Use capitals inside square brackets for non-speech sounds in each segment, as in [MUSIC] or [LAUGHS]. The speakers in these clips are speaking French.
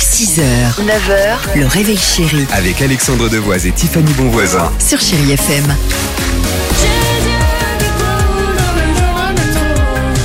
6h, 9h, le réveil chéri Avec Alexandre Devoise et Tiffany Bonvoisin. sur Chéri FM.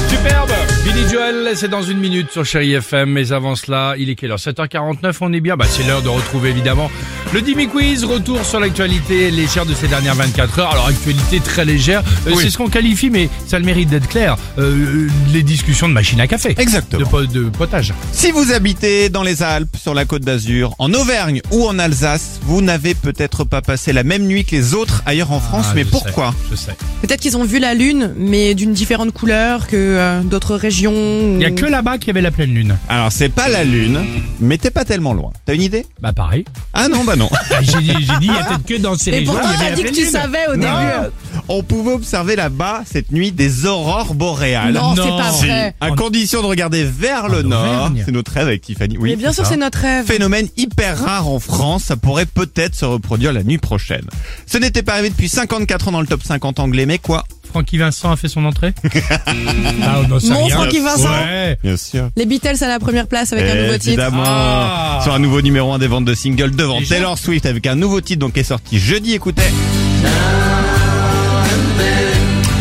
Superbe Billy Joel, c'est dans une minute sur Chéri FM, mais avant cela, il est quelle heure 7h49, on est bien bah, C'est l'heure de retrouver évidemment le Dimi Quiz, retour sur l'actualité légère de ces dernières 24 heures. Alors actualité très légère, euh, c'est ce qu'on qualifie, mais ça a le mérite d'être clair, euh, euh, les discussions de machine à café. De, Exactement. po- de potage. Si vous habitez dans les Alpes, sur la côte d'Azur, en Auvergne ou en Alsace, vous n'avez peut-être pas passé la même nuit que les autres ailleurs en France, Ah, mais je pourquoi sais, Je sais. Peut-être qu'ils ont vu la lune, mais d'une différente couleur que euh, d'autres régions. Il n'y a que là-bas qu'il y avait la pleine lune. Alors c'est pas la Lune, mais t'es pas tellement loin. T'as une idée Bah pareil. Ah non, bah non. Bah, J'ai dit, j'ai dit, il y a peut-être que dans ces Et régions pourtant, il y t'as avait la dit que pleine tu lune. savais au début. [LAUGHS] On pouvait observer là-bas cette nuit des aurores boréales. Non, non. c'est pas Si. vrai. À condition de regarder vers le En nord. Auvergne. C'est notre rêve avec Tiffany. Oui. mais bien sûr, ça. c'est notre rêve. Phénomène hyper rare en France, ça pourrait peut-être se reproduire la nuit prochaine. Ce n'était pas arrivé depuis 54 ans dans le top 50 anglais, mais quoi Francky Vincent a fait [LAUGHS] son entrée Ah, on n'en sait Mon rien. Francky Vincent. Ouais. Bien sûr. Les Beatles à la première place avec un nouveau titre. [LAUGHS] Évidemment. Ah. Sur un nouveau numéro 1 des ventes de singles devant Déjà Taylor Swift avec un nouveau titre donc qui est sorti jeudi. Écoutez.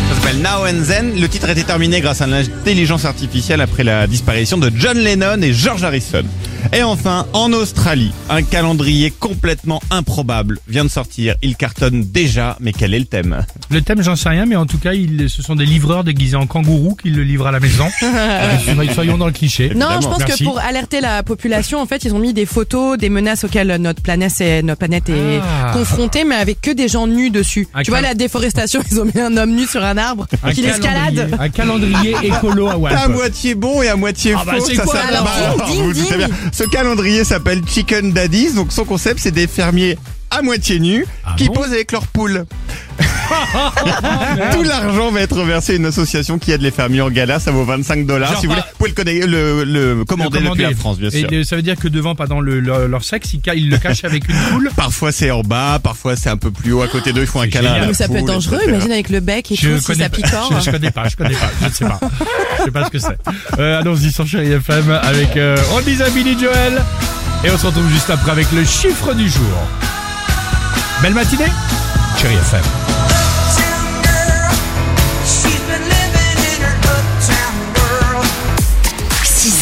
Ça s'appelle Now and Then. Le titre était terminé grâce à l'intelligence artificielle après la disparition de John Lennon et George Harrison. Et enfin, en Australie, un calendrier complètement improbable vient de sortir. Il cartonne déjà, mais quel est le thème Le thème, j'en sais rien, mais en tout cas, ils, ce sont des livreurs déguisés en kangourous qui le livrent à la [LAUGHS] maison. Euh, soyons- Soyons dans le cliché. Non, je pense Merci. que pour alerter la population, en fait, ils ont mis des photos des menaces auxquelles notre planète est, notre planète est Ah. confrontée, mais avec que des gens nus dessus. Un tu vois, cal- la déforestation, [LAUGHS] ils ont mis un homme nu sur un arbre Un qui calendrier- l'escalade. Un calendrier écolo à À Watt. moitié bon et à moitié Ah bah, faux. c'est ça quoi, s'appelle- alors Bah, alors, Ding, vous le ding. doutez bien. Ce calendrier s'appelle Chicken Daddies. Donc son concept, c'est des fermiers à moitié nus Ah qui bon posent avec leurs [LAUGHS] poules. Tout l'argent va être versé à une association qui aide les fermiers en gala. Ça vaut 25 dollars. Genre Si vous pas- voulez, vous pouvez le, conna- le, le commander depuis la France, bien Et sûr. euh, ça veut dire que devant, pas dans le, leur, leur sexe, ils, ca- ils le cachent avec une poule. Parfois c'est en bas, parfois c'est un peu plus haut. À côté d'eux, ils font un C'est câlin. à la génial. Mais Ah, ça peut être poule, dangereux, etc. imagine avec le bec et tout, si ça pas, picore. [LAUGHS] je, je connais pas, je connais pas, je ne sais pas. Je sais pas ce que c'est. Euh, Allons-y sur Chéri FM avec euh, on dit à Billy Joel. Et on se retrouve juste après avec le chiffre du jour. Belle matinée, Chéri FM. She's been living in her uptown world.